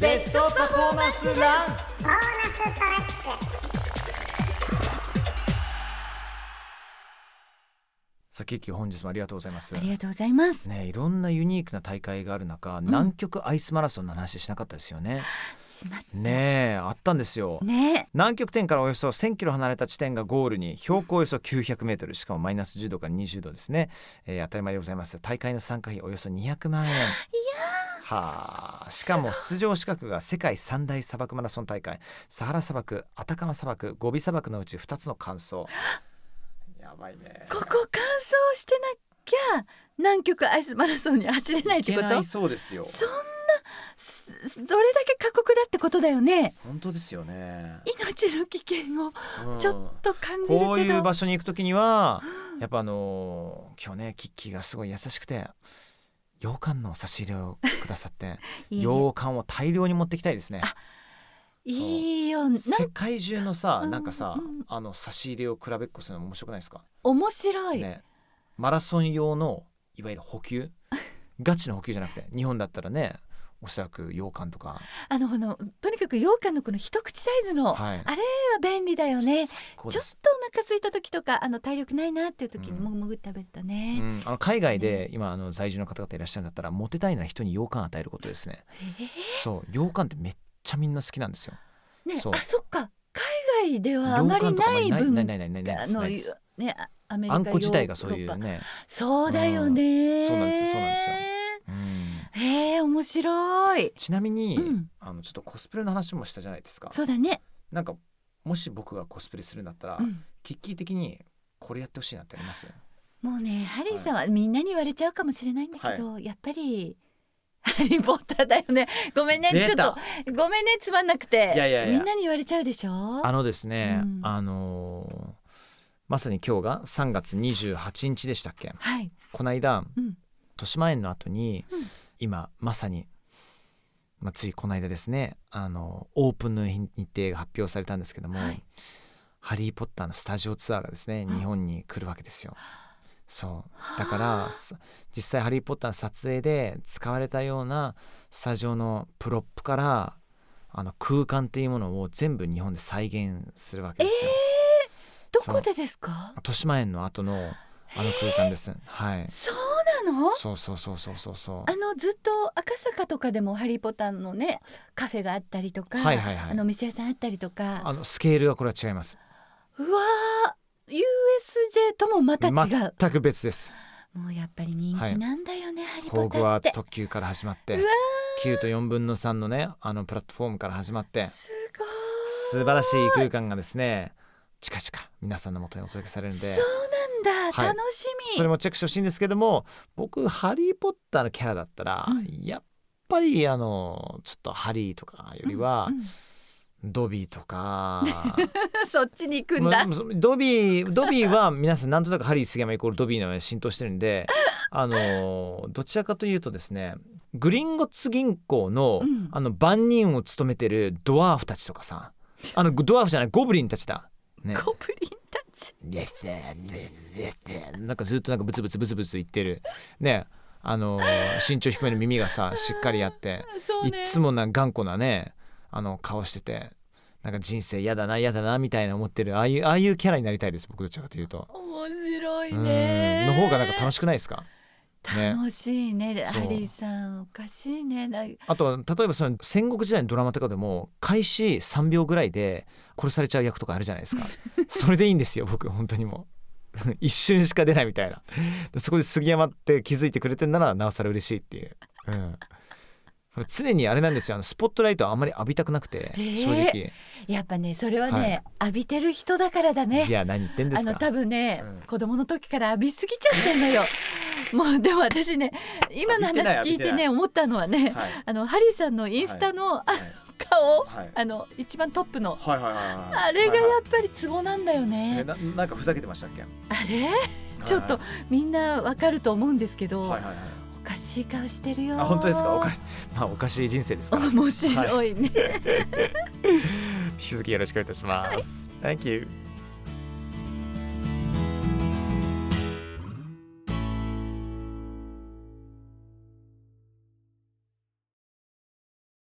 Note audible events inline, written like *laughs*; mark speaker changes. Speaker 1: ベストパフォーマンスラン
Speaker 2: ボーナストラック
Speaker 1: さきき本日もありがとうございます
Speaker 3: ありがとうございます。
Speaker 1: ねいろんなユニークな大会がある中、南極アイスマラソンの話しなかったですよね
Speaker 3: しまっ
Speaker 1: ねえあったんですよ、
Speaker 3: ね
Speaker 1: 南極点からおよそ1000キロ離れた地点がゴールに標高およそ900メートルしかもマイナス10度から20度ですね、えー当たり前でございます大会の参加費およそ200万円いやはあしかも出場資格が世界三大砂漠マラソン大会サハラ砂漠アタカマ砂漠ゴビ砂漠のうち2つの完
Speaker 3: *gasps*
Speaker 1: 走やばいね
Speaker 3: ここ乾燥してなきゃ南極アイスマラソンに走れないっ
Speaker 1: い
Speaker 3: て
Speaker 1: け
Speaker 3: こと
Speaker 1: ないそうですよ
Speaker 3: そんなすそれだけ過酷だってことだよね
Speaker 1: 本当ですよね
Speaker 3: 命の危険を
Speaker 1: うん
Speaker 3: ちょっと感じるけど、
Speaker 1: こういう場所に行くときにはやっぱあのー今日ねキッキーがすごい優しくて羊羹の差し入れをくださって
Speaker 3: *laughs* いい
Speaker 1: 羊羹を大量に持ってきたいですね
Speaker 3: いいよなん
Speaker 1: 世界中のさ
Speaker 3: うん
Speaker 1: なんかさ
Speaker 3: うん
Speaker 1: あの差し入れを比べっこするの面白くないですか、
Speaker 3: 面白い、
Speaker 1: ねマラソン用のいわゆる補給ガチの補給じゃなくて日本だったらねおそらく羊羹とか、
Speaker 3: あのこのとにかく羊羹のこの一口サイズの、
Speaker 1: はい
Speaker 3: *laughs* あれは便利だよねち
Speaker 1: 最
Speaker 3: ょ
Speaker 1: 高
Speaker 3: っと
Speaker 1: で
Speaker 3: お
Speaker 1: す
Speaker 3: 腹空いた時とかあの体力ないなっていう時に
Speaker 1: うん
Speaker 3: もぐもぐって食べると
Speaker 1: う
Speaker 3: ね、
Speaker 1: ん、あの海外で今あの在住の方々いらっしゃるんだったらモテたいなら人に羊羹与えることですね
Speaker 3: え
Speaker 1: そう羊羹ってめっちゃみんな好きなんですよ
Speaker 3: ーね
Speaker 1: そう
Speaker 3: あそっか海外ではあ
Speaker 1: 洋
Speaker 3: ま
Speaker 1: 館
Speaker 3: り
Speaker 1: とか
Speaker 3: ない文
Speaker 1: な
Speaker 3: 化
Speaker 1: いないないないないで
Speaker 3: あ
Speaker 1: す
Speaker 3: の
Speaker 1: ないです
Speaker 3: ねあアメリカ
Speaker 1: あんこ自体がそうい
Speaker 3: ヨーロ
Speaker 1: う
Speaker 3: ッパ
Speaker 1: ね、
Speaker 3: そうだよね、
Speaker 1: うんそうなんですよそうなんですようん
Speaker 3: へえ面白い
Speaker 1: ちなみに、
Speaker 3: うん
Speaker 1: あのちょっとコスプレの話もしたじゃないですか
Speaker 3: そうだね、
Speaker 1: なんかもし僕がコスプレするんだったら、
Speaker 3: うん
Speaker 1: キッキー的にこれやってほしいなってあります
Speaker 3: もうねハリーさんはみんなに言われちゃうかもしれないんだけど、やっぱりハリー・ポッターだよね *laughs* ごめんねちょっ
Speaker 1: 出た
Speaker 3: とごめんねつまんなくて
Speaker 1: いやいやいや
Speaker 3: みんなに言われちゃうでしょ
Speaker 1: あのですね、
Speaker 3: うん
Speaker 1: あのーまさに今日が3月28日でしたっけ
Speaker 3: はい、
Speaker 1: この間
Speaker 3: うん、
Speaker 1: 豊島園の後に、
Speaker 3: うん
Speaker 1: 今まさに、まあ、ついこの間ですねあのオープンの日日程が発表されたんですけども「
Speaker 3: はい
Speaker 1: ハリー・ポッター」のスタジオツアーがですね
Speaker 3: あ
Speaker 1: 日本に来るわけですよ。そうだからさ実際「ハリー・ポッター」の撮影で使われたようなスタジオのプロップからあの空間というものを全部日本で再現するわけですよ。
Speaker 3: どこでですか
Speaker 1: 豊島園の後のあの空間です。はい。
Speaker 3: そうなの
Speaker 1: そうそうそうそうそうそう。
Speaker 3: あのずっと赤坂とかでもハリー・ポッターのねカフェがあったりとか、
Speaker 1: はいはいはい
Speaker 3: あのお店屋さんあったりとか
Speaker 1: あのスケールはこれは違います。
Speaker 3: うわー USJ ともまた違う、
Speaker 1: 全く別です。
Speaker 3: もうやっぱり人気なんだよね、ハリ
Speaker 1: ホ
Speaker 3: ポ
Speaker 1: ーグ
Speaker 3: タ
Speaker 1: ワ
Speaker 3: っ
Speaker 1: ーツ
Speaker 3: て
Speaker 1: 特急から始まっ
Speaker 3: う
Speaker 1: て
Speaker 3: わ、
Speaker 1: 9と4分の3のね、あのプラットフォームから始まって
Speaker 3: ー、すごい
Speaker 1: 素晴らしい空間がですね、近々皆さんのもとにお届けされるんで
Speaker 3: そ、うなんだ、
Speaker 1: はい
Speaker 3: 楽しみ
Speaker 1: それもチェックしてほしいんですけども、僕、ハリー・ポッターのキャラだったら
Speaker 3: うん、
Speaker 1: やっぱりあの、ちょっとハリーとかよりは
Speaker 3: うん、うん
Speaker 1: ドビーと
Speaker 3: *laughs*
Speaker 1: か、
Speaker 3: そっちに行くん
Speaker 1: ま
Speaker 3: だ、
Speaker 1: あドビードビーは皆さんなんとなくハリー杉山イコールドビーのように浸透してるんであのーどちらかというとですねグリンゴッツ銀行の,、
Speaker 3: うん
Speaker 1: あの番人を務めてるドワーフたちとかさあのドワーフじゃないゴブリンたちだ。ね、
Speaker 3: ゴブリンたち
Speaker 1: なんかずっとなんかブツブツブツブツ言ってるねあのー身長低めの耳がさしっかりあって。
Speaker 3: そう
Speaker 1: いっ
Speaker 3: ね
Speaker 1: つもな頑固なねあの顔しててなんか人生嫌だな嫌だなみたいな思ってるああいうああいうキャラになりたいです僕どちらかというと。
Speaker 3: 面白い
Speaker 1: うん
Speaker 3: ね
Speaker 1: の方がなんか楽しくないですかね
Speaker 3: 楽しいね
Speaker 1: そう
Speaker 3: ハリーさんおかしいねな
Speaker 1: あと例えばその戦国時代のドラマとかでも開始3秒ぐらいで殺されちゃう役とかあるじゃないです
Speaker 3: *laughs*
Speaker 1: かそれでいいんですよ僕本当にもう *laughs* 一瞬しか出ないみたいなそこで杉山って気づいてくれてんならなおさら嬉しいっていう、うん、これ常にあれなんですよあのスポットライトあんまり浴びたくなくて
Speaker 3: えー
Speaker 1: 正直、
Speaker 3: やっぱねそれはね、
Speaker 1: はい
Speaker 3: 浴びてる人だからだね
Speaker 1: いや何言ってんで
Speaker 3: あ
Speaker 1: すか
Speaker 3: の多分ね、
Speaker 1: うん
Speaker 3: 子供の時から浴びすぎちゃってん
Speaker 1: *laughs*
Speaker 3: のよもうでも私ね今の
Speaker 1: 浴びてない
Speaker 3: 話聞い
Speaker 1: 浴
Speaker 3: て
Speaker 1: びてな
Speaker 3: ね思ったのはね、
Speaker 1: はい
Speaker 3: あのハリーさんのインスタの、あ顔、
Speaker 1: はい
Speaker 3: あの一番トップの
Speaker 1: はいはいはいはい
Speaker 3: あれがやっぱりツボなんだよね、
Speaker 1: えななんかふざけてましたっけ
Speaker 3: あれちょっと
Speaker 1: は
Speaker 3: みんなわかると思うんですけど、
Speaker 1: いはいはいはい
Speaker 3: おかしい顔してるよ
Speaker 1: あ本当ですかおかしまあおかしい人生ですから
Speaker 3: *laughs* 面白いね、
Speaker 1: 引き続きよろしくお願いいたします Thank you